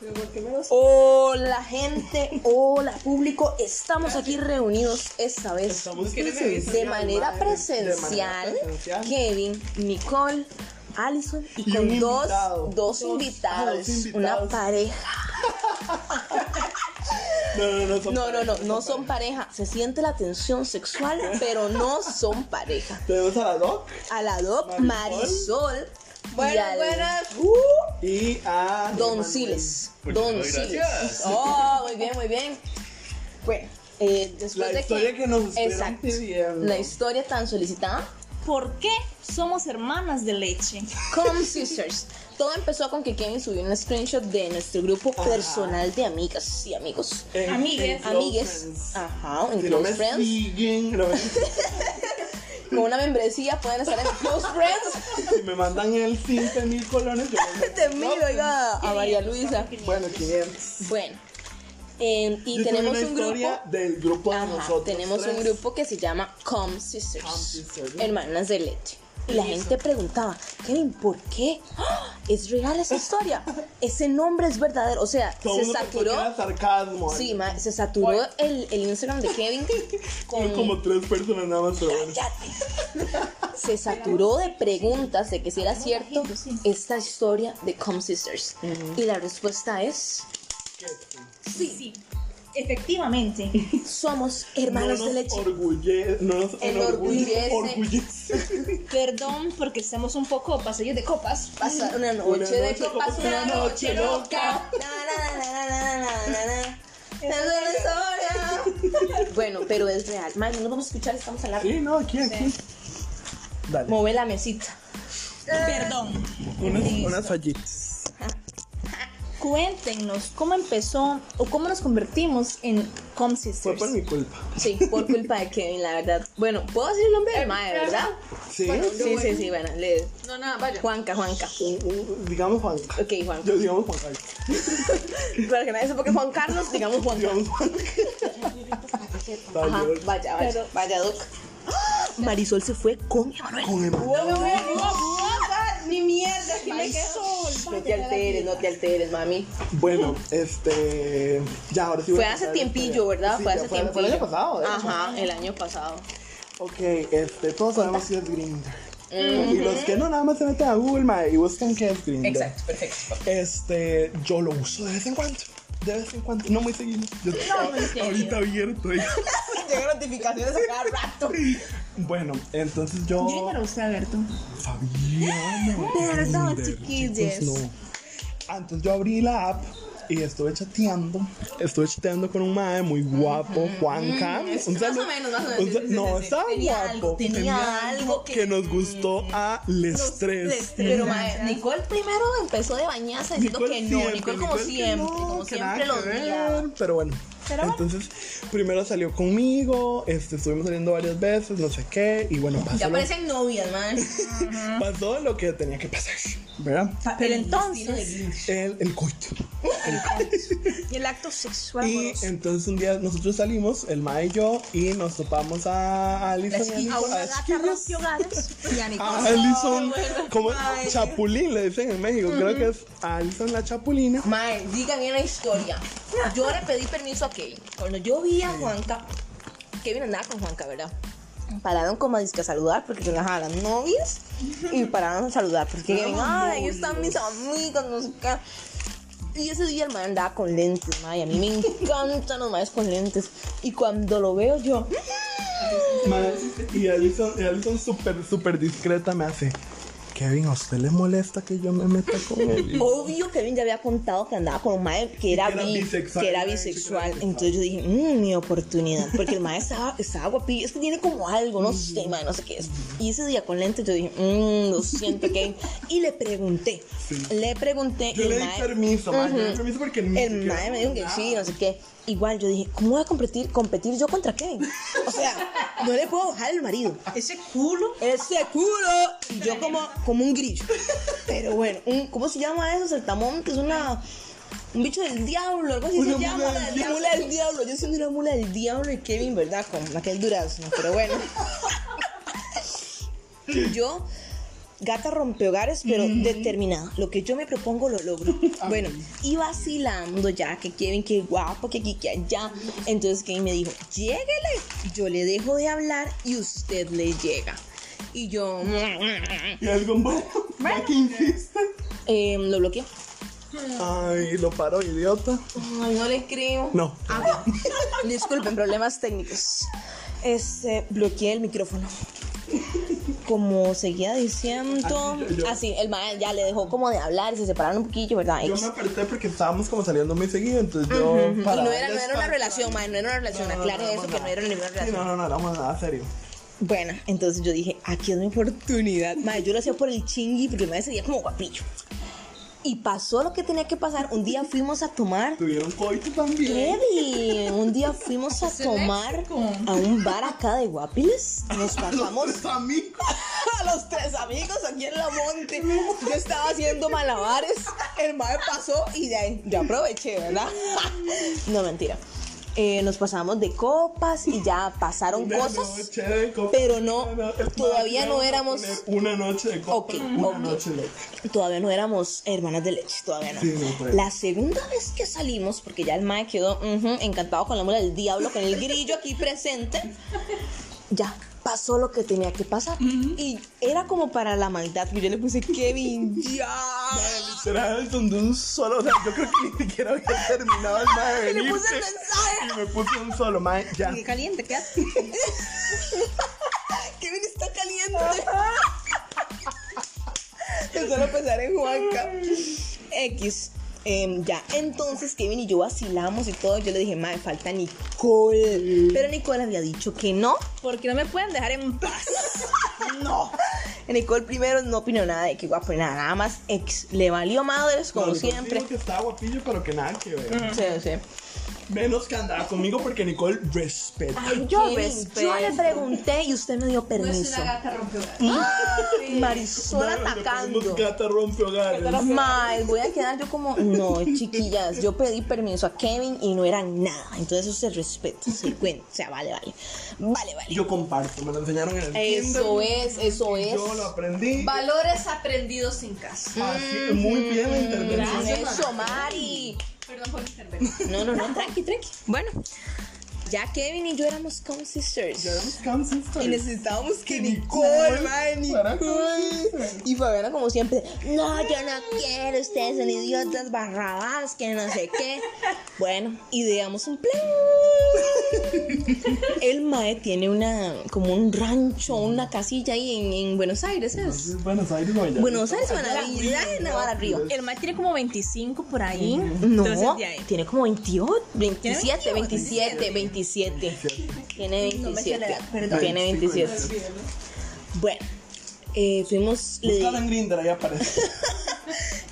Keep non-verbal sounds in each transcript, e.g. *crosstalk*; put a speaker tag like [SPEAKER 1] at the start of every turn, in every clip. [SPEAKER 1] los primeros.
[SPEAKER 2] Hola gente, hola público, estamos aquí reunidos esta vez
[SPEAKER 3] Estamos
[SPEAKER 1] ¿Quién es ese?
[SPEAKER 2] de manera presencial.
[SPEAKER 3] presencial.
[SPEAKER 2] Kevin, Nicole, Allison y
[SPEAKER 3] Y
[SPEAKER 2] con
[SPEAKER 3] un
[SPEAKER 2] dos,
[SPEAKER 3] invitado.
[SPEAKER 2] dos
[SPEAKER 3] Dos-
[SPEAKER 2] invitados,
[SPEAKER 3] dos invitados.
[SPEAKER 2] una pareja.
[SPEAKER 3] No, no, no. son
[SPEAKER 2] No, no,
[SPEAKER 3] parejas,
[SPEAKER 2] no, no son pareja. Se siente la tensión sexual, pero no son pareja.
[SPEAKER 3] parejas. Tenemos a las dos
[SPEAKER 2] A la DOP,
[SPEAKER 3] Marisol.
[SPEAKER 2] Marisol. y
[SPEAKER 1] Bueno,
[SPEAKER 2] al- Uh,
[SPEAKER 1] buenas.
[SPEAKER 3] y a.
[SPEAKER 2] Don
[SPEAKER 3] Emanuel.
[SPEAKER 2] Siles.
[SPEAKER 3] Pues,
[SPEAKER 4] Muchísimas
[SPEAKER 2] Don Siles.
[SPEAKER 4] gracias.
[SPEAKER 2] Oh, muy bien, muy bien. Bueno, eh, después
[SPEAKER 3] La
[SPEAKER 2] de
[SPEAKER 3] historia que nos estuvieron
[SPEAKER 2] Exacto.
[SPEAKER 3] pidiendo.
[SPEAKER 2] La historia tan solicitada.
[SPEAKER 1] ¿Por qué somos hermanas de leche?
[SPEAKER 3] *laughs*
[SPEAKER 2] Come Sisters. Todo empezó con que Kevin subió un screenshot de nuestro grupo
[SPEAKER 3] Ajá.
[SPEAKER 2] personal de amigas y amigos.
[SPEAKER 3] En-
[SPEAKER 1] Amigues.
[SPEAKER 3] en Close
[SPEAKER 2] Amigues.
[SPEAKER 3] Friends.
[SPEAKER 2] Ajá, en
[SPEAKER 3] Si no
[SPEAKER 2] Close
[SPEAKER 3] me
[SPEAKER 2] Friends.
[SPEAKER 3] siguen, no me-
[SPEAKER 2] Con una membresía pueden estar en
[SPEAKER 3] *laughs*
[SPEAKER 2] Close Friends.
[SPEAKER 3] si me mandan el 5
[SPEAKER 2] *laughs*
[SPEAKER 3] mil colones, yo me-
[SPEAKER 2] Te miro,
[SPEAKER 3] pues,
[SPEAKER 2] oiga, a María Luisa.
[SPEAKER 3] Bueno, 500.
[SPEAKER 2] Bueno, eh, y
[SPEAKER 3] Yo tuve
[SPEAKER 2] tenemos
[SPEAKER 3] una
[SPEAKER 2] un grupo.
[SPEAKER 3] historia del grupo de
[SPEAKER 2] Ajá,
[SPEAKER 3] nosotros.
[SPEAKER 2] tenemos un
[SPEAKER 3] tres.
[SPEAKER 2] grupo que se llama Com Sisters,
[SPEAKER 3] Com Sisters.
[SPEAKER 2] hermanas de leche. Y la gente preguntaba, Kevin, ¿por qué? ¡Ah! ¿Es real esa
[SPEAKER 3] *laughs*
[SPEAKER 2] historia? Ese nombre es verdadero. O sea,
[SPEAKER 3] Todo
[SPEAKER 2] se
[SPEAKER 3] el mundo pensó que
[SPEAKER 2] saturó.
[SPEAKER 3] era sarcasmo. ¿eh?
[SPEAKER 2] Sí, ma, se saturó el, el Instagram de
[SPEAKER 3] *laughs*
[SPEAKER 2] Kevin
[SPEAKER 3] Son
[SPEAKER 2] con...
[SPEAKER 3] como tres personas nada más, pero bueno.
[SPEAKER 2] *laughs* Se saturó de preguntas de que si era cierto esta historia de Com Sisters. Y la respuesta es,
[SPEAKER 1] Sí, sí.
[SPEAKER 4] *laughs*
[SPEAKER 1] Efectivamente.
[SPEAKER 2] somos
[SPEAKER 3] No
[SPEAKER 2] hermanos
[SPEAKER 3] nos
[SPEAKER 2] de leche.
[SPEAKER 3] orgullece, no nos
[SPEAKER 2] Enorgullece.
[SPEAKER 3] enorgullece. orgullece. *laughs*
[SPEAKER 1] Perdón porque estamos un poco pasillos de copas.
[SPEAKER 2] Pasa una noche,
[SPEAKER 3] Una
[SPEAKER 2] de
[SPEAKER 3] noche
[SPEAKER 2] copas,
[SPEAKER 3] copas,
[SPEAKER 2] una
[SPEAKER 3] una
[SPEAKER 2] noche
[SPEAKER 3] noche
[SPEAKER 2] loca. Na, na, na, na, na, na, na, na, na. Es una historia. *laughs* Bueno, pero es real. Mari, no nos vamos a escuchar, estamos al lado.
[SPEAKER 3] Sí, no, aquí, aquí. Dale.
[SPEAKER 2] Mueve la mesita.
[SPEAKER 1] Perdón.
[SPEAKER 3] Unas, unas fallitas.
[SPEAKER 1] Cuéntenos cómo empezó o cómo nos convertimos en Com
[SPEAKER 3] Fue
[SPEAKER 4] Pues,
[SPEAKER 1] Sisters.
[SPEAKER 3] por mi culpa.
[SPEAKER 2] Sí, por culpa de Kevin, la verdad. Bueno, ¿puedo decir el nombre del mae, verdad?
[SPEAKER 3] Sí.
[SPEAKER 2] Sí, sí, sí, bueno, le...
[SPEAKER 5] No, nada, vaya.
[SPEAKER 2] Juanca, Juanca.
[SPEAKER 3] Un- un- digamos Juan.
[SPEAKER 2] Ok, Juanca.
[SPEAKER 3] Yo digamos Juan Carlos.
[SPEAKER 2] Para que nadie sepa que es Juan Carlos, digamos Juanca.
[SPEAKER 3] Digamos Juan.
[SPEAKER 2] *laughs*
[SPEAKER 3] Dale,
[SPEAKER 2] Ajá,
[SPEAKER 3] dale.
[SPEAKER 2] vaya, vaya, vaya, Doc. Marisol se fue con Emanuel.
[SPEAKER 3] Con el
[SPEAKER 2] Ni mierda, que me
[SPEAKER 1] Marisol,
[SPEAKER 2] No te alteres, no te alteres, mami.
[SPEAKER 3] Bueno, este. Ya, ahora sí. voy
[SPEAKER 2] Fue
[SPEAKER 3] a
[SPEAKER 2] hace
[SPEAKER 3] contar la
[SPEAKER 2] tiempillo,
[SPEAKER 3] historia.
[SPEAKER 2] ¿verdad?
[SPEAKER 3] Sí,
[SPEAKER 2] fue
[SPEAKER 3] ya
[SPEAKER 2] hace tiempillo.
[SPEAKER 3] Fue el año pasado, ¿eh? de hecho.
[SPEAKER 2] Ajá, el año pasado.
[SPEAKER 3] Ok, este, todos sabemos que es Grindr.
[SPEAKER 2] Mm-hmm.
[SPEAKER 3] Y los que no, nada más se meten a Google mae, y buscan qué es Grindr.
[SPEAKER 5] perfecto.
[SPEAKER 3] Este, yo lo uso de vez en cuando. De vez en cuando, no muy seguido. Yo ahorita abierto. eh.
[SPEAKER 2] Llegan notificaciones a cada rato.
[SPEAKER 3] Bueno, entonces yo.
[SPEAKER 1] Dímelo usted, Alberto.
[SPEAKER 3] Fabiana.
[SPEAKER 1] Perdón,
[SPEAKER 3] Grindr,
[SPEAKER 1] chiquillos.
[SPEAKER 3] chicos, no. Ah, Entonces yo abrí la app y estuve chateando. Estuve chateando con un mae muy guapo, Juanca.
[SPEAKER 2] es
[SPEAKER 3] Un
[SPEAKER 2] Mm, más
[SPEAKER 3] saludo-
[SPEAKER 2] o menos, más o menos,
[SPEAKER 3] un sa-
[SPEAKER 2] sí, sí, sí,
[SPEAKER 3] No,
[SPEAKER 2] sí.
[SPEAKER 3] estaba
[SPEAKER 2] Tenía algo,
[SPEAKER 3] guapo.
[SPEAKER 2] tenía algo que- mm,
[SPEAKER 3] que nos gustó al *laughs* estrés.
[SPEAKER 2] Pero mae, Nicole primero empezó de bañarse diciendo
[SPEAKER 3] Nicole
[SPEAKER 2] que no,
[SPEAKER 3] siempre,
[SPEAKER 2] Nicole como
[SPEAKER 3] Nicole que
[SPEAKER 2] siempre,
[SPEAKER 3] no,
[SPEAKER 2] como
[SPEAKER 3] que nada
[SPEAKER 2] siempre lo
[SPEAKER 3] que ver,
[SPEAKER 2] odiaba.
[SPEAKER 3] Pero bueno.
[SPEAKER 1] Pero bueno.
[SPEAKER 3] Entonces, primero salió conmigo, este, estuvimos saliendo varias veces, no sé qué, y bueno, pasó,
[SPEAKER 2] Ya
[SPEAKER 3] lo,
[SPEAKER 2] parecen novias,
[SPEAKER 3] *laughs*
[SPEAKER 2] man.
[SPEAKER 3] pasó lo que tenía que pasar, ¿verdad?
[SPEAKER 1] Pero
[SPEAKER 2] Estilo
[SPEAKER 1] entonces,
[SPEAKER 3] El, el coito.
[SPEAKER 1] y el acto sexual.
[SPEAKER 3] Y
[SPEAKER 1] amoroso.
[SPEAKER 3] entonces un día nosotros salimos, el Ma y yo, y nos topamos a Alison. y a
[SPEAKER 1] a
[SPEAKER 3] Nicole-
[SPEAKER 1] una
[SPEAKER 3] a
[SPEAKER 1] gata
[SPEAKER 3] Esquillas.
[SPEAKER 1] rompió ganas y a Nicole.
[SPEAKER 3] A Alison, como Chapulín le dicen en México, creo que es Alison la Chapulina.
[SPEAKER 2] Mae, digan una historia. Yo le pedí permiso a Kevin. Cuando yo vi a Juanca, Kevin andaba con Juanca, ¿verdad? Pararon como a disque a saludar porque se a las novias y pararon a saludar porque Kevin, ay, ahí están mis amigos, no sé qué. Y ese día el man andaba con lentes, mae. A mí me *laughs* encantan los maes con lentes. Y cuando lo veo yo,
[SPEAKER 3] Ma, y Alison, y Alison súper, súper discreta me hace. Kevin, ¿a usted le molesta que yo me meta
[SPEAKER 2] *laughs*
[SPEAKER 3] con él?
[SPEAKER 2] obvio Kevin ya había contado que andaba con un mae que era,
[SPEAKER 3] que era
[SPEAKER 2] bi-
[SPEAKER 3] bisexual,
[SPEAKER 2] que era
[SPEAKER 3] mae,
[SPEAKER 2] bisexual.
[SPEAKER 3] que era
[SPEAKER 2] Entonces yo dije, mmm, mi oportunidad. Porque el mae estaba, estaba guapillo. Es que tiene como algo, no sé, mae, no sé qué es. Y ese día con lentes yo dije, mmm, lo siento, Kevin. Y le pregunté, le pregunté. y
[SPEAKER 3] Yo
[SPEAKER 2] el
[SPEAKER 3] le di
[SPEAKER 2] mae-
[SPEAKER 3] permiso, ma, yo le di
[SPEAKER 2] Ujú.
[SPEAKER 3] permiso porque ni
[SPEAKER 2] El
[SPEAKER 3] siquiera
[SPEAKER 2] mae me dijo que
[SPEAKER 3] nada.
[SPEAKER 2] sí, no sé qué. Igual yo dije, ¿cómo voy a competir, competir yo contra Kevin? O sea, no le puedo bajar el marido.
[SPEAKER 1] Ese culo.
[SPEAKER 2] Ese culo. Y yo como, como un grillo. Pero bueno, un- ¿cómo se llama eso? Saltamontes, una. Un bicho del diablo, algo así
[SPEAKER 3] Una
[SPEAKER 2] se
[SPEAKER 3] mula
[SPEAKER 2] llama.
[SPEAKER 3] del
[SPEAKER 2] La
[SPEAKER 3] diablo.
[SPEAKER 2] mula del diablo. Yo siendo una mula del diablo y Kevin, ¿verdad?
[SPEAKER 3] *laughs*
[SPEAKER 2] Con aquel durazno. Pero bueno. yo gata rompehogares, pero determinada. Lo que yo me propongo lo
[SPEAKER 3] *laughs*
[SPEAKER 2] logro.
[SPEAKER 3] Ah,
[SPEAKER 2] bueno, y vacilando ya, que Kevin, que guapo, que aquí, que allá. Entonces Kevin me dijo, lléguele. Yo le dejo de hablar y usted le llega. Y yo
[SPEAKER 3] Y algo *laughs* bueno. ¿Para qué insiste?
[SPEAKER 2] eh, lo bloqueé.
[SPEAKER 3] Ay, lo paró, idiota.
[SPEAKER 2] Ay, no le escribo.
[SPEAKER 3] No.
[SPEAKER 2] Ah, ok. *laughs* Disculpen, problemas técnicos. Este, bloqueé el micrófono. Como seguía diciendo,
[SPEAKER 3] Así, yo- yo-
[SPEAKER 2] así, el man ya le dejó como de hablar y se separaron un poquillo, ¿verdad?
[SPEAKER 3] Yo
[SPEAKER 2] X.
[SPEAKER 3] me aparté porque estábamos como saliendo muy seguido, entonces yo.
[SPEAKER 2] Ujú,
[SPEAKER 3] para
[SPEAKER 2] y no era, no era
[SPEAKER 3] darle
[SPEAKER 2] una
[SPEAKER 3] espacio-
[SPEAKER 2] relación, man, no era una relación.
[SPEAKER 3] No, no,
[SPEAKER 2] Aclaren
[SPEAKER 3] no,
[SPEAKER 2] eso,
[SPEAKER 3] no,
[SPEAKER 2] que
[SPEAKER 3] no.
[SPEAKER 2] no era ninguna
[SPEAKER 3] Sí,
[SPEAKER 2] relación.
[SPEAKER 3] no, no, no, éramos nada serio.
[SPEAKER 2] Bueno, entonces yo dije, aquí es mi oportunidad. Madre, yo lo hacía por el chingui porque me veía como guapillo. Y pasó lo que tenía que pasar. Un día fuimos a tomar
[SPEAKER 3] Tuvieron coito también.
[SPEAKER 2] Kevin, un día fuimos a
[SPEAKER 4] Ese
[SPEAKER 2] tomar
[SPEAKER 4] léxico.
[SPEAKER 2] a un bar acá de Guapiles. Nos
[SPEAKER 3] Los *laughs*
[SPEAKER 2] pasamos
[SPEAKER 3] tres amigos.
[SPEAKER 2] a *laughs* los tres amigos aquí en la monte. Yo estaba haciendo malabares. El mae pasó y de ahí yo aproveché, ¿verdad? *laughs* No, mentira. Eh, nos pasamos de copas y ya pasaron
[SPEAKER 3] Una
[SPEAKER 2] cosas.
[SPEAKER 3] noche de copas.
[SPEAKER 2] pero no,
[SPEAKER 3] Una- es más,
[SPEAKER 2] todavía no
[SPEAKER 3] vamos a
[SPEAKER 2] éramos-
[SPEAKER 3] poner Una noche de
[SPEAKER 2] Ok,
[SPEAKER 3] copas. una
[SPEAKER 2] ok.
[SPEAKER 3] noche de
[SPEAKER 2] Todavía no éramos hermanas de leche, todavía no.
[SPEAKER 3] Sí, no, pues.
[SPEAKER 2] La segunda vez que salimos, porque ya el mae quedó ujú, encantado con la mula del diablo, con el grillo aquí presente, ya pasó lo que tenía que pasar. Y era como para la maldad, que yo le puse Kevin, ya.
[SPEAKER 3] Será el donde un solo, o sea, yo creo que ni siquiera había *laughs* terminado el mae
[SPEAKER 2] *laughs*
[SPEAKER 3] de
[SPEAKER 2] Y le puse
[SPEAKER 3] venirse.
[SPEAKER 2] el mensaje.
[SPEAKER 3] Y me puse un solo, mae, ya.
[SPEAKER 2] Qué caliente, ¿qué haces? Kevin está caliente. Yo solo pensar en Juanca. X. em, ya, entonces Kevin y yo vacilamos y todo. Yo le dije, madre, falta Nicole. Pero Nicole había dicho que no.
[SPEAKER 4] Porque no me pueden dejar en paz.
[SPEAKER 2] No. Nicole primero no opinó nada de que guapo, nada, nada más. X. Le valió madres, como
[SPEAKER 3] No, Nicole
[SPEAKER 2] siempre.
[SPEAKER 3] dijo que estaba guapillo, pero que nada que ver.
[SPEAKER 2] Sí, sí.
[SPEAKER 3] Menos que andaba conmigo porque Nicole respeta.
[SPEAKER 2] Yo,
[SPEAKER 4] Kevin,
[SPEAKER 2] yo le
[SPEAKER 4] respeto.
[SPEAKER 2] pregunté y usted me dio
[SPEAKER 4] No es
[SPEAKER 2] permiso.
[SPEAKER 4] una gata rompehogares.
[SPEAKER 2] Marisol
[SPEAKER 3] Mae, le pusimos
[SPEAKER 2] atacando.
[SPEAKER 3] Gata rompe hogares.
[SPEAKER 2] Mal, voy a quedar yo como, no, chiquillas, yo pedí permiso a Kevin y no era nada. Entonces eso se respeta, se cuenta, o sea, vale, vale. Vale, vale.
[SPEAKER 3] Yo comparto, me lo enseñaron en el
[SPEAKER 4] Eso
[SPEAKER 3] kinder.
[SPEAKER 4] es, eso es.
[SPEAKER 3] Yo lo aprendí.
[SPEAKER 4] Valores aprendidos en casa.
[SPEAKER 3] Así, muy bien la intervención.
[SPEAKER 2] Eso, Mari.
[SPEAKER 4] Perdón por intervenir.
[SPEAKER 2] No, no, no, tranqui, tranqui. Bueno, ya Kevin y yo éramos como sisters.
[SPEAKER 3] Ya éramos Camp Sisters.
[SPEAKER 2] Y necesitábamos que Nicole,
[SPEAKER 3] Nicole
[SPEAKER 2] mae,
[SPEAKER 3] fuera
[SPEAKER 2] Nicole. Y Fabiana, como siempre, no, yo no quiero, ustedes son idiotas, barrabás, que no sé qué. Bueno, ideamos un plan. El mae tiene una, como un rancho, una casilla ahí en, en Buenos Aires, ¿sabes?
[SPEAKER 3] Es Buenos Aires, Guayana.
[SPEAKER 2] Buenos Aires, Buenavilla, en Navarra Río.
[SPEAKER 4] El mae tiene como 25 por ahí.
[SPEAKER 2] No,
[SPEAKER 4] Entonces, de ahí.
[SPEAKER 2] tiene como 28, 27,
[SPEAKER 4] 27,
[SPEAKER 2] 27, 27. Tiene
[SPEAKER 4] No me sé la
[SPEAKER 2] 27.
[SPEAKER 4] edad,
[SPEAKER 2] Tiene 27.
[SPEAKER 3] pues,
[SPEAKER 2] Bueno, eh, fuimos, le,
[SPEAKER 3] Buscala en Grindr, ahí aparece.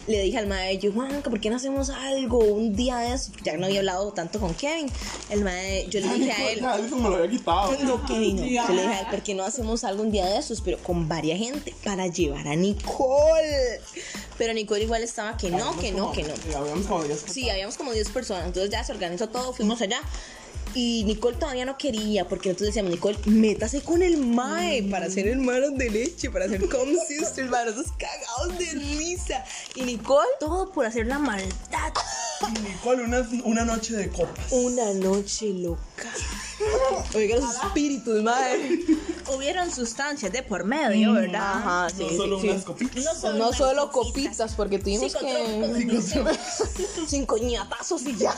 [SPEAKER 2] le dije al mae, yo, Juanca, ¿por qué no hacemos algo un día de eso? Ya no había hablado tanto con Kevin. El mae, yo *laughs* le dije a él,
[SPEAKER 3] Ya, Alison me lo había quitado.
[SPEAKER 2] no, Kevin, no. Yo le dije a él, ¿por qué no hacemos algo un día de esos? Pero con varias gente para llevar a Nicole. Pero Nicole igual estaba que no, que no, que no.
[SPEAKER 3] Ya habíamos eh, como 10
[SPEAKER 2] Sí, habíamos como 10 personas, entonces ya se organizó todo, fuimos allá. Y Nicole todavía no quería, porque nosotros decíamos, Nicole, métase con el Mae
[SPEAKER 3] Mm.
[SPEAKER 2] para ser hermanos de leche, para ser com sisters, hermanos cagados de risa. Y Nicole,
[SPEAKER 4] Todo por hacer la maldad.
[SPEAKER 3] Nicole, una, una noche de copas.
[SPEAKER 2] una noche
[SPEAKER 3] *laughs*
[SPEAKER 2] loca. Oiga los espíritus, Mae.
[SPEAKER 4] Hubieron sustancias de por medio, ¿verdad?
[SPEAKER 2] Mm, Ajá, sí,
[SPEAKER 3] No
[SPEAKER 2] sí,
[SPEAKER 3] solo
[SPEAKER 2] sí.
[SPEAKER 3] unas copitas.
[SPEAKER 4] No solo,
[SPEAKER 2] No solo
[SPEAKER 4] copitas.
[SPEAKER 2] copitas, porque tuvimos que. *laughs*
[SPEAKER 3] Sí, con-
[SPEAKER 2] Cinco ñatazos y ya.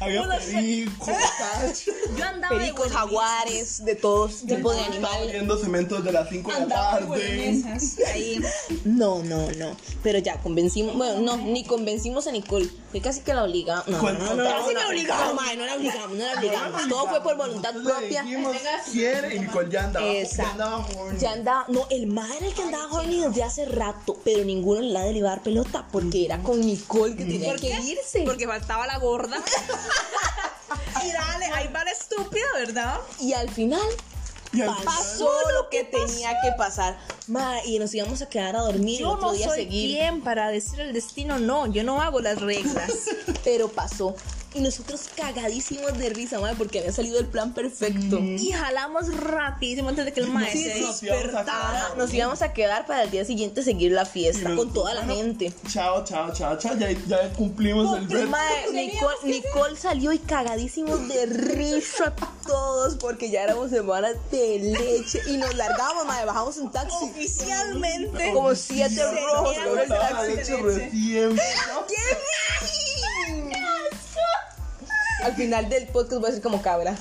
[SPEAKER 3] Había perico, tacho.
[SPEAKER 4] Yo andaba de
[SPEAKER 2] Pericos,
[SPEAKER 4] buena
[SPEAKER 2] jaguares, de todos tipo de
[SPEAKER 3] Estaba
[SPEAKER 2] animales.
[SPEAKER 3] oliendo cemento desde las 5 de la tarde.
[SPEAKER 4] misa. Ahí.
[SPEAKER 2] No, no, no. Pero ya convencimos. Bueno, no, ni convencimos a Nicole. Fue casi que la obligamos. No, no, no, no,
[SPEAKER 3] Casi
[SPEAKER 2] no,
[SPEAKER 3] que
[SPEAKER 2] no, no, mae, no la obligamos, no la obligamos. Todo fue por voluntad
[SPEAKER 3] Nosotros le
[SPEAKER 2] propia.
[SPEAKER 3] Dijimos, quiere y Nicole ya andaba.
[SPEAKER 2] Exacto.
[SPEAKER 3] Ya andaba horny.
[SPEAKER 2] Ya andaba, no, el madre era el que andaba joven desde hace rato, pero ninguno le ha de llevar pelota porque era con Nicole que tenía que irse.
[SPEAKER 4] Porque faltaba la gorda. *laughs* y dale, ahí va la estúpida, ¿verdad?
[SPEAKER 2] Y al final
[SPEAKER 3] Y al-
[SPEAKER 2] pasó lo que tenía que pasar. Ma, y nos íbamos a quedar a dormir el
[SPEAKER 4] Yo
[SPEAKER 2] otro
[SPEAKER 4] no
[SPEAKER 2] día
[SPEAKER 4] soy
[SPEAKER 2] seguir. *laughs*
[SPEAKER 4] quien para decir el destino no. Yo no hago las reglas.
[SPEAKER 2] Pero pasó. Y nosotros cagadísimos de risa, madre, porque había salido el plan perfecto.
[SPEAKER 1] Y jalamos rapidísimo antes de que el maestro
[SPEAKER 3] Sí,
[SPEAKER 1] se
[SPEAKER 3] sí, sí, vamos a
[SPEAKER 1] despertara.
[SPEAKER 3] acabar.
[SPEAKER 2] Nos íbamos a quedar para el día siguiente seguir la fiesta
[SPEAKER 3] Y
[SPEAKER 2] con toda la
[SPEAKER 3] bueno,
[SPEAKER 2] gente.
[SPEAKER 3] Chao, chao, chao, chao. Ya, ya cumplimos el
[SPEAKER 2] Pero,
[SPEAKER 3] reto.
[SPEAKER 2] madre, Nicole, Nicole salió y cagadísimos de risa todos porque ya éramos hermanas de leche y nos largamos, madre, bajamos un taxi.
[SPEAKER 4] Oficialmente.
[SPEAKER 2] Como siete rojos,
[SPEAKER 4] tenía
[SPEAKER 2] cabrón, el
[SPEAKER 4] vuelta.
[SPEAKER 2] taxi.
[SPEAKER 3] Estaba
[SPEAKER 4] taxi
[SPEAKER 3] hecho
[SPEAKER 4] de leche.
[SPEAKER 3] recién.
[SPEAKER 2] Al final del podcast voy a ser como cabra.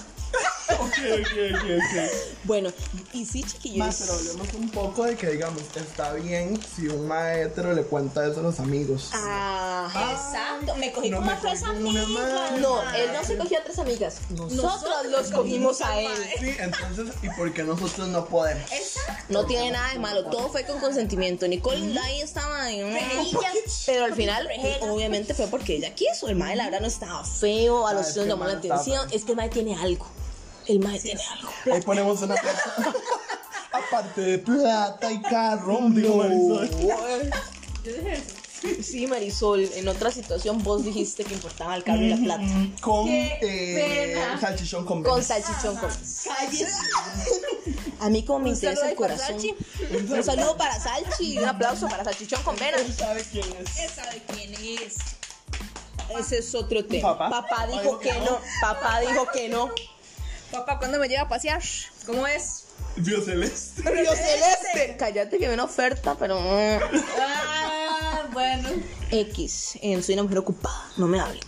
[SPEAKER 3] Ok, ok, ok, ok.
[SPEAKER 2] Bueno, y sí, chiquillos.
[SPEAKER 3] Más, pero hablemos un poco de que, digamos, está bien si un maestro le cuenta eso a los amigos.
[SPEAKER 2] Ah, Ajá.
[SPEAKER 4] Exacto, me cogí
[SPEAKER 3] No
[SPEAKER 4] como
[SPEAKER 3] me
[SPEAKER 4] a tres
[SPEAKER 3] cogí con una
[SPEAKER 4] amigas.
[SPEAKER 3] mano.
[SPEAKER 2] No, él no se cogió a tres amigas. Nosotros los cogimos a él.
[SPEAKER 3] Sí, entonces, ¿y por qué nosotros no podemos?
[SPEAKER 4] Exacto.
[SPEAKER 2] No tiene nada de malo, todo fue con consentimiento. Nicole ahí estaba en una-
[SPEAKER 4] Ellas-
[SPEAKER 2] Pero al final, obviamente fue porque ella quiso. El mae, la verdad, no estaba feo, a
[SPEAKER 3] Ah,
[SPEAKER 2] los
[SPEAKER 3] es
[SPEAKER 2] chicos
[SPEAKER 3] que
[SPEAKER 2] llamó
[SPEAKER 3] el
[SPEAKER 2] la
[SPEAKER 3] mae no estaba
[SPEAKER 2] atención. Es que el mae tiene algo. El mae tiene algo. *laughs*
[SPEAKER 3] Ahí ponemos una plata. Aparte de plata y carro, digo, Marisol.
[SPEAKER 2] Sí, Marisol, en otra situación vos dijiste que importaba el carro y la plata.
[SPEAKER 3] Con
[SPEAKER 4] Qué
[SPEAKER 3] eh,
[SPEAKER 4] pena.
[SPEAKER 3] salchichón con
[SPEAKER 2] Con
[SPEAKER 3] venas.
[SPEAKER 2] salchichón con.
[SPEAKER 4] Cállese.
[SPEAKER 2] A mí como me Un interesa saludo el para corazón. Salchi.
[SPEAKER 3] saludo.
[SPEAKER 2] Un saludo para Salchi y un aplauso para Salchichón con venas.
[SPEAKER 3] Él sabe quién es.
[SPEAKER 4] ¿Sabe quién es?
[SPEAKER 2] Ese es otro tema.
[SPEAKER 3] Papá.
[SPEAKER 2] Papá
[SPEAKER 3] Dijo
[SPEAKER 2] dijo
[SPEAKER 3] que
[SPEAKER 2] que
[SPEAKER 3] no.
[SPEAKER 2] no. Papá dijo que no.
[SPEAKER 4] Papá, ¿cuándo me lleva a pasear? ¿Cómo es?
[SPEAKER 3] Dios celeste.
[SPEAKER 2] Río Celeste. Cállate que viene oferta, pero mm,
[SPEAKER 4] Ah, bueno.
[SPEAKER 2] X. Eh, soy una mujer ocupada. No me hablen.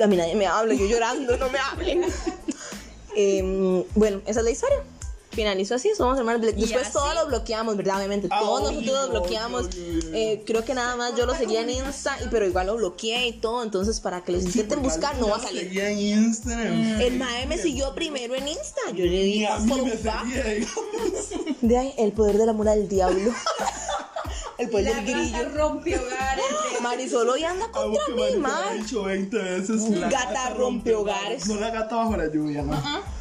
[SPEAKER 3] Ah.
[SPEAKER 2] A mí nadie me habla. Yo llorando, no me
[SPEAKER 3] *laughs*
[SPEAKER 2] hablen. Em, bueno, esa es la historia. Finalizó así, somos hermanos. bla- Después
[SPEAKER 4] así.
[SPEAKER 2] todos lo bloqueamos, ¿verdad? Obviamente,
[SPEAKER 3] Ah,
[SPEAKER 2] todos
[SPEAKER 3] obvio,
[SPEAKER 2] nosotros lo bloqueamos.
[SPEAKER 3] obvio, obvio.
[SPEAKER 2] Eh, creo que nada más yo lo seguía en Insta, y- pero igual lo bloqueé y todo. Entonces, para que les intenten buscar, no va a salir.
[SPEAKER 3] Seguía en Instagram.
[SPEAKER 2] El mae me siguió primero en Insta. Yo le
[SPEAKER 3] Y
[SPEAKER 2] dije,
[SPEAKER 3] a mí
[SPEAKER 2] por
[SPEAKER 3] me
[SPEAKER 2] un fa-
[SPEAKER 3] seguía.
[SPEAKER 2] De ahí, el poder del amor al *laughs* diablo. el poder
[SPEAKER 4] La
[SPEAKER 2] del
[SPEAKER 4] gata
[SPEAKER 2] grillo.
[SPEAKER 4] rompe *laughs* hogares.
[SPEAKER 2] Marisol hoy anda
[SPEAKER 3] Algo
[SPEAKER 2] contra
[SPEAKER 3] que
[SPEAKER 2] mí,
[SPEAKER 3] Marisol ha
[SPEAKER 2] mae.
[SPEAKER 3] dicho 20 veces.
[SPEAKER 2] Gata
[SPEAKER 3] la
[SPEAKER 2] rompe hogares.
[SPEAKER 3] No la gata bajo la lluvia, ¿no?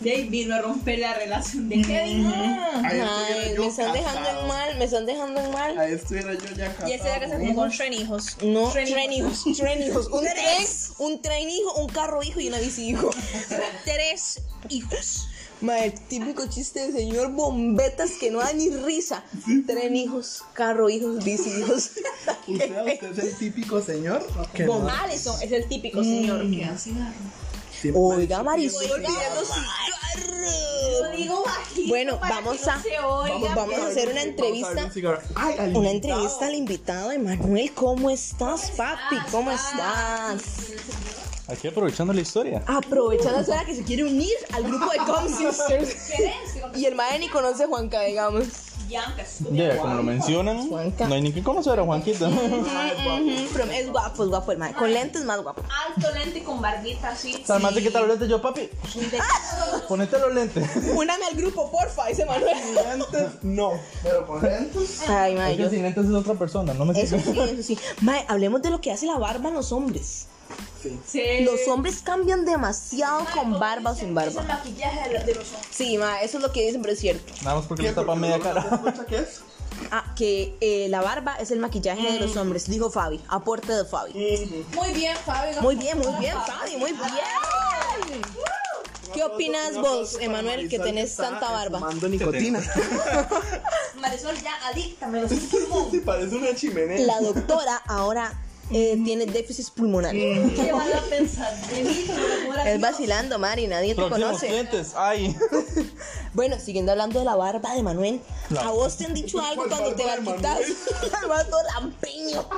[SPEAKER 4] Dave vino a romper la relación de Kevin.
[SPEAKER 3] Ahí estuviera
[SPEAKER 2] Ay,
[SPEAKER 3] yo
[SPEAKER 2] me están dejando
[SPEAKER 3] casado.
[SPEAKER 2] en mal, me están dejando en mal.
[SPEAKER 3] Ahí estuviera yo ya casado.
[SPEAKER 4] Y ese día que se
[SPEAKER 3] con
[SPEAKER 4] fue con
[SPEAKER 3] hijos.
[SPEAKER 4] Shren hijos.
[SPEAKER 2] No,
[SPEAKER 4] Tren hijo.
[SPEAKER 2] tren hijos, tren hijos. Un tren,
[SPEAKER 4] Tres.
[SPEAKER 2] un tren hijo, un carro hijo y una bici hijo.
[SPEAKER 4] Tres hijos.
[SPEAKER 2] *laughs* Mae, el típico chiste de señor bombetas que no da ni risa. Tren hijos, carro hijos, bici *laughs* hijos.
[SPEAKER 3] Usted, usted es el típico señor que
[SPEAKER 2] Con
[SPEAKER 3] no-
[SPEAKER 2] Alison,
[SPEAKER 4] Es el típico señor que hace
[SPEAKER 3] siempre-
[SPEAKER 2] Mm. Oiga, Marisol.
[SPEAKER 4] Lo digo bajito.
[SPEAKER 2] Bueno,
[SPEAKER 4] para
[SPEAKER 2] vamos
[SPEAKER 4] que no
[SPEAKER 2] a-
[SPEAKER 4] se oiga,
[SPEAKER 2] vamos- vamos
[SPEAKER 4] pero-
[SPEAKER 2] a hacer una
[SPEAKER 3] Vamos
[SPEAKER 2] entrevista.
[SPEAKER 3] abrir un cigarro. Ay, al
[SPEAKER 2] Una
[SPEAKER 3] invitado.
[SPEAKER 2] entrevista al invitado Emanuel. ¿Cómo estás, papi? ¿Cómo estás?
[SPEAKER 5] Aquí aprovechando la historia.
[SPEAKER 2] Aprovechando la hora que se quiere unir al grupo de Com Sisters.
[SPEAKER 4] ¿Querés? Digo,
[SPEAKER 2] Y el mae ni conoce a Juanca, digamos.
[SPEAKER 4] Bianca,
[SPEAKER 5] Ya, como lo mencionan,
[SPEAKER 2] Juanca.
[SPEAKER 5] no hay ni que conocer a Juanquita.
[SPEAKER 2] Ujú, pero es guapo, es guapo el mae. Con lentes más guapo.
[SPEAKER 4] Alto lente con barbita así.
[SPEAKER 5] Además de que te los lentes, yo, papi,
[SPEAKER 2] Pues
[SPEAKER 5] *laughs* ponete los lentes.
[SPEAKER 2] Úname al grupo, porfa, dice Manuel.
[SPEAKER 3] Antes no, pero por antes.
[SPEAKER 2] Ay, mae,
[SPEAKER 5] Es que
[SPEAKER 2] yo.
[SPEAKER 5] sin lentes es otra persona, no me
[SPEAKER 2] Eso sí, eso sí. Mae, hablemos de lo que hace la barba en los hombres.
[SPEAKER 4] Sí.
[SPEAKER 2] Los hombres cambian demasiado con barba o sin
[SPEAKER 4] Ese
[SPEAKER 2] barba.
[SPEAKER 4] maquillaje de, de los hombres.
[SPEAKER 2] Sí, mae, eso es lo que dicen, pero es cierto.
[SPEAKER 5] Nada más porque le tapa media cara.
[SPEAKER 3] ¿Escucha qué es?
[SPEAKER 2] Ah, que eh, la barba es el maquillaje de
[SPEAKER 3] Mm.
[SPEAKER 2] los hombres, dijo Fabi. Aporte de Fabi.
[SPEAKER 4] Muy bien, Fabio.
[SPEAKER 2] Muy bien, muy bien, Fabi, muy bien. ¿Qué opinas vos, Emanuel, que tenés tanta barba?
[SPEAKER 3] Mando nicotina.
[SPEAKER 4] Marisol ya adicta, me lo siento.
[SPEAKER 3] Sí, parece una chimenea.
[SPEAKER 2] La doctora ahora eh,
[SPEAKER 3] Mm.
[SPEAKER 2] tiene déficit pulmonar.
[SPEAKER 4] ¿Qué van a pensar de mí? Que me lo
[SPEAKER 2] Es vacilando, Mari, nadie te
[SPEAKER 5] Próximos
[SPEAKER 2] conoce.
[SPEAKER 5] clientes, ay.
[SPEAKER 2] Bueno, siguiendo hablando de la barba de Manuel, ¿a vos te han dicho algo
[SPEAKER 3] ¿Cuál
[SPEAKER 2] cuando te la
[SPEAKER 3] barba de
[SPEAKER 2] quitas? *laughs* El vato lampiño.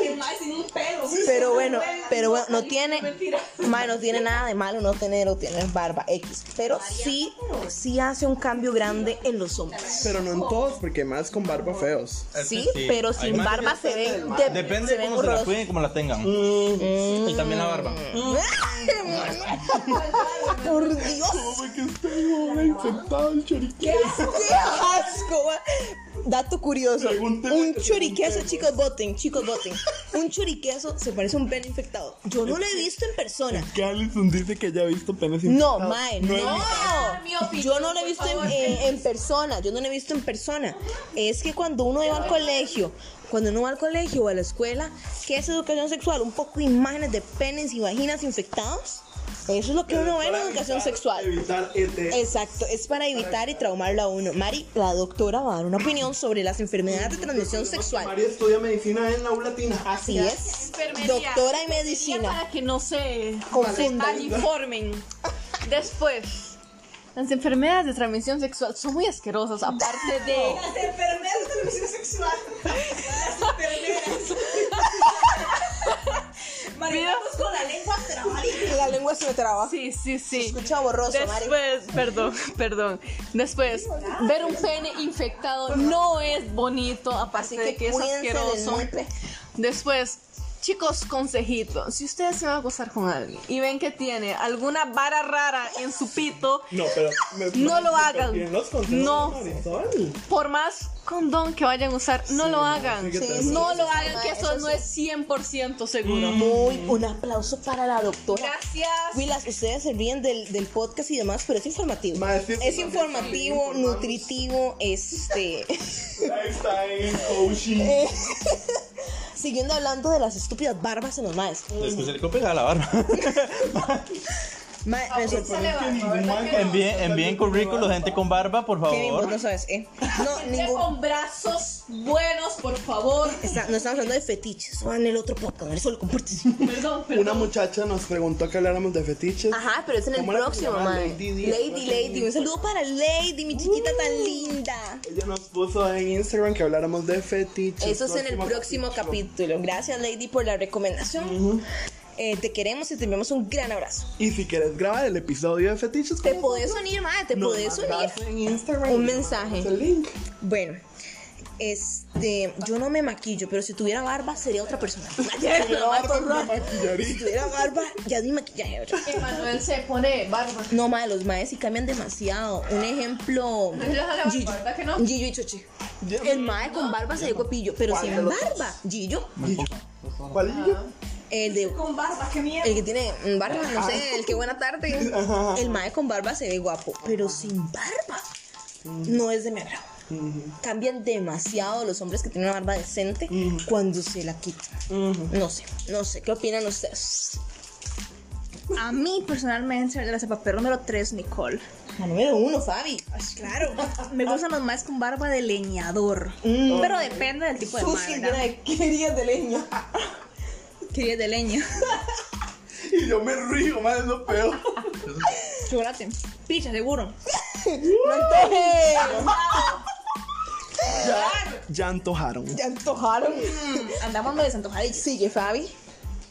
[SPEAKER 4] Que más sin un pelo.
[SPEAKER 2] Pero bueno, pero bueno, no
[SPEAKER 4] Mentira.
[SPEAKER 2] tiene, mae, no tiene nada de malo no tener o tener barba X, pero sí, sí hace un cambio grande en los hombres.
[SPEAKER 3] Pero no en todos, porque más con barba feos.
[SPEAKER 2] Sí, pero sin
[SPEAKER 5] Este Hay más-
[SPEAKER 2] barba se ven. de-
[SPEAKER 5] Depende de
[SPEAKER 2] ven Mm.
[SPEAKER 5] cómo se la
[SPEAKER 2] horrorosos.
[SPEAKER 5] cuiden y cómo la tengan. Y también la barba.
[SPEAKER 2] *laughs* Por Dios,
[SPEAKER 3] Ay, que está joven, infectado el choriqueo.
[SPEAKER 2] qué asco. ma. Dato curioso.
[SPEAKER 3] Pregúntele
[SPEAKER 2] Un
[SPEAKER 3] que
[SPEAKER 2] choriqueso, chicos, voten, chicos, voten. Un choriqueso se parece a un pene infectado. Yo no lo he visto en persona.
[SPEAKER 3] Que Allison dice que ya ha visto penes
[SPEAKER 2] No,
[SPEAKER 3] infectados.
[SPEAKER 2] mae,
[SPEAKER 3] No
[SPEAKER 2] no.
[SPEAKER 3] he visto.
[SPEAKER 4] mi opinión,
[SPEAKER 2] Yo no lo he visto
[SPEAKER 4] por
[SPEAKER 2] en,
[SPEAKER 4] favor.
[SPEAKER 2] eh, en persona. Yo no lo he visto en persona. Es que cuando uno iba al colegio cuando uno va al colegio o a la escuela, ¿qué es educación sexual? Un poco de imágenes de penes y vaginas infectados. Eso es lo que uno ve en educación sexual.
[SPEAKER 3] Evitar E ET.
[SPEAKER 2] Exacto, es para evitar y traumarla a uno. Mari, la doctora va a dar una opinión sobre las enfermedades de transmisión sexual.
[SPEAKER 3] María estudia medicina en la U Latina.
[SPEAKER 2] Así es.
[SPEAKER 4] Enfermería.
[SPEAKER 2] Doctora y medicina.
[SPEAKER 4] Para que
[SPEAKER 6] *laughs*
[SPEAKER 4] no se
[SPEAKER 2] Confundan.
[SPEAKER 4] uniformen. Después. Las enfermedades de transmisión sexual son muy
[SPEAKER 6] *laughs*
[SPEAKER 4] asquerosas, aparte de...
[SPEAKER 6] Las enfermeras de transmisión sexual. Las
[SPEAKER 4] *laughs*
[SPEAKER 6] enfermeras. Marihuanos con la lengua trabada.
[SPEAKER 2] La lengua se me traba.
[SPEAKER 4] Sí, sí, sí.
[SPEAKER 2] Escucha borroso, Mari.
[SPEAKER 4] Después, perdón, perdón. Después, ver un pene infectado no es bonito,
[SPEAKER 2] Así
[SPEAKER 4] aparte de
[SPEAKER 2] que
[SPEAKER 4] que es
[SPEAKER 2] cuídense del
[SPEAKER 4] asqueroso.
[SPEAKER 2] golpe.
[SPEAKER 4] Después, chicos, consejito. Si ustedes se van a gozar con alguien y ven que tiene alguna vara rara en su pito,
[SPEAKER 3] No, pero. me-
[SPEAKER 4] No lo
[SPEAKER 3] pero
[SPEAKER 4] hagan.
[SPEAKER 3] bien los consejos
[SPEAKER 4] No.
[SPEAKER 3] de Marisol.
[SPEAKER 4] por más condón que vayan a usar, no lo hagan.
[SPEAKER 3] sí que te-
[SPEAKER 4] No lo
[SPEAKER 2] eso sí,
[SPEAKER 4] hagan, que eso
[SPEAKER 2] eso
[SPEAKER 4] no
[SPEAKER 2] sí. Mm.
[SPEAKER 4] es 100% seguro.
[SPEAKER 2] Muy, un aplauso para la doctora.
[SPEAKER 4] Gracias.
[SPEAKER 2] Wilas, ustedes se ríen del, del podcast y demás, pero es informativo.
[SPEAKER 3] Ma, es
[SPEAKER 2] es informativo,
[SPEAKER 3] informativo,
[SPEAKER 2] nutritivo, este... *laughs*
[SPEAKER 3] Lifestyle, coaching.
[SPEAKER 2] Eh. Siguiendo hablando de las estúpidas barbas en los maes.
[SPEAKER 5] Después se le pega la *laughs* barba.
[SPEAKER 2] Ma- me sorprendió.
[SPEAKER 3] Pero es que ningún man-
[SPEAKER 5] envíen, envíen currículos, gente con barba, por
[SPEAKER 2] Kevin, vos
[SPEAKER 5] favor.
[SPEAKER 2] no sabes, ¿eh?
[SPEAKER 4] *laughs*
[SPEAKER 2] No, ningún...
[SPEAKER 4] Con brazos buenos, por favor.
[SPEAKER 2] *laughs* está- no estamos hablando de fetiches, o en el otro podcast, no solo compartes.
[SPEAKER 4] Perdón, perdón.
[SPEAKER 3] Una muchacha nos preguntó que habláramos de
[SPEAKER 2] *laughs*
[SPEAKER 3] fetiches.
[SPEAKER 2] Ajá, pero es en el
[SPEAKER 3] ¿Cómo era que
[SPEAKER 2] próximo,
[SPEAKER 3] se llama?
[SPEAKER 2] mae.
[SPEAKER 3] Lady Di-
[SPEAKER 2] Lady, Lady, un saludo para Lady, mi chiquita
[SPEAKER 4] Uh.
[SPEAKER 2] tan linda.
[SPEAKER 3] Ella nos puso en Instagram que habláramos de fetiches.
[SPEAKER 2] Eso es en el próximo capítulo. Gracias, Lady, por la recomendación. Eh, te queremos y te enviamos un gran abrazo.
[SPEAKER 3] Y si quieres grabar el episodio de fetiches,
[SPEAKER 2] Te podés unir, madre, te
[SPEAKER 3] nos
[SPEAKER 2] podés unir.
[SPEAKER 3] mandas en Instagram
[SPEAKER 2] Un
[SPEAKER 3] y
[SPEAKER 2] mensaje.
[SPEAKER 3] mandas El link.
[SPEAKER 2] Bueno, este, yo no me maquillo, pero si tuviera barba sería otra persona. *laughs*
[SPEAKER 3] Una
[SPEAKER 2] si
[SPEAKER 3] maquillaría.
[SPEAKER 2] tuviera barba, ya ni maquillaje. ahora.
[SPEAKER 4] Emanuel se pone barba.
[SPEAKER 2] No, madre, los maes sí cambian demasiado. Un ejemplo,
[SPEAKER 4] No, ya la barba,
[SPEAKER 2] Gillo.
[SPEAKER 4] ¿verdad que no?
[SPEAKER 2] Gillo y Choche. El mae con barba se dio copillo, pero sin barba. Gillo,
[SPEAKER 3] ¿Cuál es yo?
[SPEAKER 2] el de
[SPEAKER 6] Con barba, qué mierda.
[SPEAKER 2] El que tiene mm, barba, no sé, el que buena tarde. El mae con barba se ve guapo, pero sin barba no es de mi agrado. Cambian demasiado los hombres que tienen una barba decente cuando se la quitan. No sé, no sé, ¿qué opinan ustedes?
[SPEAKER 6] A mí personalmente la zapapero número 3, Nicole.
[SPEAKER 2] La número uno, Fabi.
[SPEAKER 6] Ay,
[SPEAKER 2] *laughs*
[SPEAKER 6] claro. Me gustan los más con barba de leñador. Pero depende del tipo de
[SPEAKER 2] Susi,
[SPEAKER 6] barba.
[SPEAKER 2] mira, ¿qué días de *laughs* leña?
[SPEAKER 6] Que es de leña. *laughs*
[SPEAKER 3] Y yo me río, madre, es lo peor.
[SPEAKER 6] Chocolate. Picha, seguro.
[SPEAKER 2] ¡Manteje!
[SPEAKER 3] Ya, ya antojaron.
[SPEAKER 2] Te antojaron.
[SPEAKER 6] Mm, Andamos medio desantojadillos.
[SPEAKER 2] Sigue, Fabi.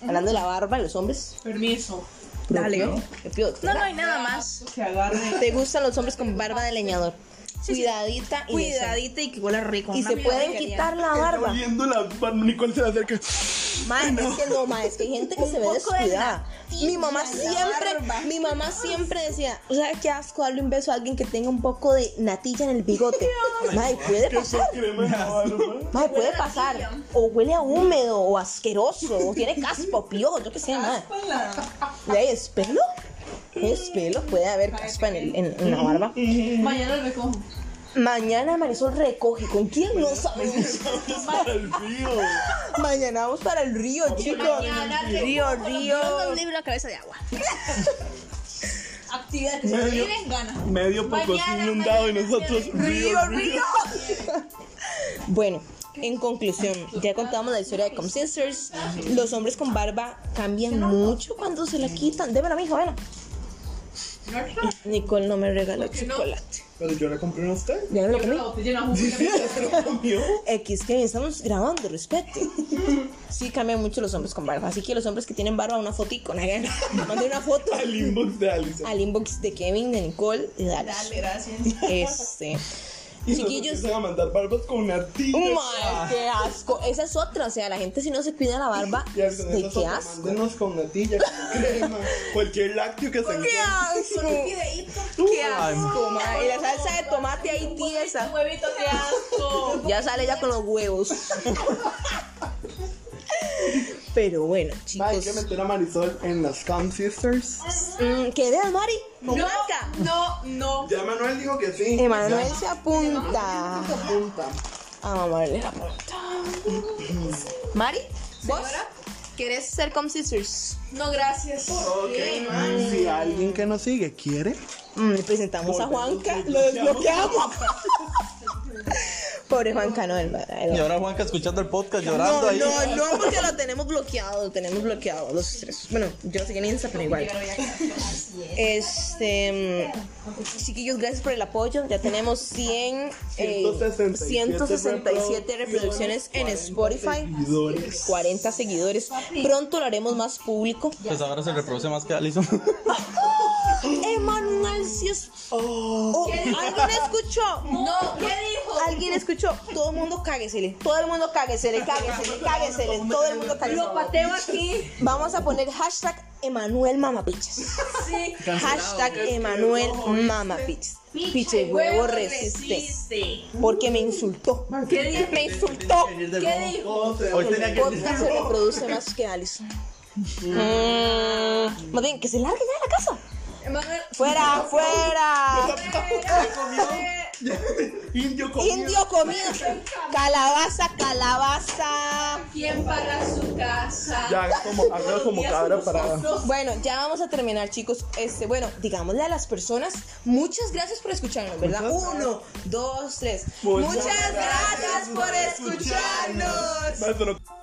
[SPEAKER 2] Hablando de la barba y los hombres.
[SPEAKER 4] Permiso.
[SPEAKER 6] Dale.
[SPEAKER 2] Te pido-
[SPEAKER 6] No, no hay nada más.
[SPEAKER 4] Que agarre.
[SPEAKER 2] ¿Te gustan los hombres con barba de leñador? Cuidadita y decente.
[SPEAKER 6] Cuidadita y que huela rico.
[SPEAKER 2] Y
[SPEAKER 6] Una
[SPEAKER 2] se
[SPEAKER 6] mierda
[SPEAKER 2] pueden
[SPEAKER 6] que haría.
[SPEAKER 2] quitar la barba.
[SPEAKER 3] Viendo la barba, Nicole se le acerca.
[SPEAKER 2] Mae, es que no, mae, es que hay gente que
[SPEAKER 6] Un
[SPEAKER 2] se ve
[SPEAKER 6] poco de
[SPEAKER 2] descuidada. Mi mamá
[SPEAKER 6] barba.
[SPEAKER 2] siempre, mi mamá siempre decía, o sea, qué asco darle un beso a alguien que tenga un poco de natilla en el *laughs* bigote. Mae, puede
[SPEAKER 3] ¿Qué
[SPEAKER 2] pasar.
[SPEAKER 3] crema en la barba?
[SPEAKER 2] Mae, puede pasar. O huele a húmedo, o asqueroso, o tiene caspa, o piojo, yo qué sé, mae. ¿Y ahí es pelo? Es pelo, puede haber caspa en, el- en- en la barba.
[SPEAKER 4] Mañana lo recojo.
[SPEAKER 2] Mañana Marisol recoge, ¿con quién? No sabemos. *laughs*
[SPEAKER 3] Es para el frío.
[SPEAKER 2] Mañana vamos para el río, chicos. Río, río.
[SPEAKER 6] Yo me libro la cabeza de agua.
[SPEAKER 4] Actividad que se
[SPEAKER 3] Medio, medio poco inundado y nosotros río, río.
[SPEAKER 2] Bueno, en conclusión, ya contamos la historia de Com Sisters. Los hombres con barba cambian mucho cuando se la quitan. Débela, mija, bueno. Nicole no me regaló chocolate.
[SPEAKER 3] Pero yo la compré en usted.
[SPEAKER 2] Ya me lo comí.
[SPEAKER 4] La botella en la juguera.
[SPEAKER 3] comió.
[SPEAKER 2] X, que estamos grabando, respete. Sí, cambian mucho los hombres con barba. Así que los hombres que tienen barba, una fotico, ¿no? Manden una foto
[SPEAKER 3] Al inbox de Alison.
[SPEAKER 2] al inbox de Kevin, de Nicole y dale.
[SPEAKER 6] gracias.
[SPEAKER 2] Este.
[SPEAKER 3] Y nos
[SPEAKER 2] Chiquillos.
[SPEAKER 3] empiezan a mandar barbas con Ah.
[SPEAKER 2] Mae,
[SPEAKER 3] natillas.
[SPEAKER 2] *laughs* qué asco. Esa es otra. O sea, la gente si no se cuida la barba,
[SPEAKER 3] Y al final
[SPEAKER 2] de
[SPEAKER 3] nosotros,
[SPEAKER 2] qué asco.
[SPEAKER 3] mándenos con natilla, con crema, cualquier lácteo que se
[SPEAKER 2] ¡Qué
[SPEAKER 3] encuentre.
[SPEAKER 2] asco! ¡Qué asco, mae! Y la salsa de tomate ahí tiesa.
[SPEAKER 4] Huevito, qué asco.
[SPEAKER 2] Ya sale ya con los *laughs* huevos. Pero bueno,
[SPEAKER 3] Mae, Hay que
[SPEAKER 2] chicos.
[SPEAKER 3] meter a Marisol en las Calm Sisters.
[SPEAKER 2] Mm, ¿Qué ideas, Mari?
[SPEAKER 4] No, no, no.
[SPEAKER 3] Ya Manuel dijo que sí.
[SPEAKER 2] Emanuel se apunta. Ah,
[SPEAKER 3] Ya se apunta.
[SPEAKER 2] a mamarle la punta. Mm-hmm. Mari, ¿vos querés ser com sisters?
[SPEAKER 4] No, gracias.
[SPEAKER 3] Si alguien que nos sigue quiere,
[SPEAKER 2] Mm, le presentamos a Juanca, lo desbloqueamos. *laughs* Pobre Juanca, no, el
[SPEAKER 5] Y ahora Juanca escuchando el podcast llorando
[SPEAKER 2] No,
[SPEAKER 5] ahí.
[SPEAKER 2] no, no, porque lo tenemos bloqueado, lo tenemos bloqueado, los tres. Bueno, yo no sé quién es, pero igual. Este, mm, chiquillos, gracias por el apoyo. Ya tenemos 100, eh,
[SPEAKER 3] 167
[SPEAKER 2] 167 reproducciones en Spotify,
[SPEAKER 3] seguidores.
[SPEAKER 2] 40 seguidores. Pronto lo haremos más público. *laughs*
[SPEAKER 5] Pues ahora se reproduce más que Alison.
[SPEAKER 2] Emanuel, si es... Oh, ¿Alguien escuchó?
[SPEAKER 4] No, ¿qué dijo?
[SPEAKER 2] Alguien escuchó, todo el mundo cáguesele, todo el mundo cáguesele, cáguesele, cáguesele, todo el mundo cáguesele. Lo pateo aquí. Vamos a poner hashtag Emanuel Mamapiches.
[SPEAKER 4] Sí.
[SPEAKER 2] Hashtag Emanuel Mamapiches. Piche huevo resiste. Porque me insultó.
[SPEAKER 4] ¿Qué dijo?
[SPEAKER 2] Me insultó.
[SPEAKER 4] ¿Qué dijo?
[SPEAKER 5] Hoy tenía que decir.
[SPEAKER 2] Podcast se reproduce más que Alison. Mm, más bien, que se largue ya de la casa.
[SPEAKER 4] Emanuel,
[SPEAKER 2] Fuera, fuera.
[SPEAKER 3] *laughs* Indio con
[SPEAKER 2] Indio comido. Calabaza, calabaza.
[SPEAKER 4] ¿quién paga su casa?
[SPEAKER 3] Ya, haga como, haga como cabra para.
[SPEAKER 2] Bueno, ya vamos a terminar, chicos. Este, bueno, digámosle a las personas, muchas gracias por escucharnos, ¿verdad? Uno, dos, tres. Muchas, gracias, por escucharnos.
[SPEAKER 3] *laughs* Maestro,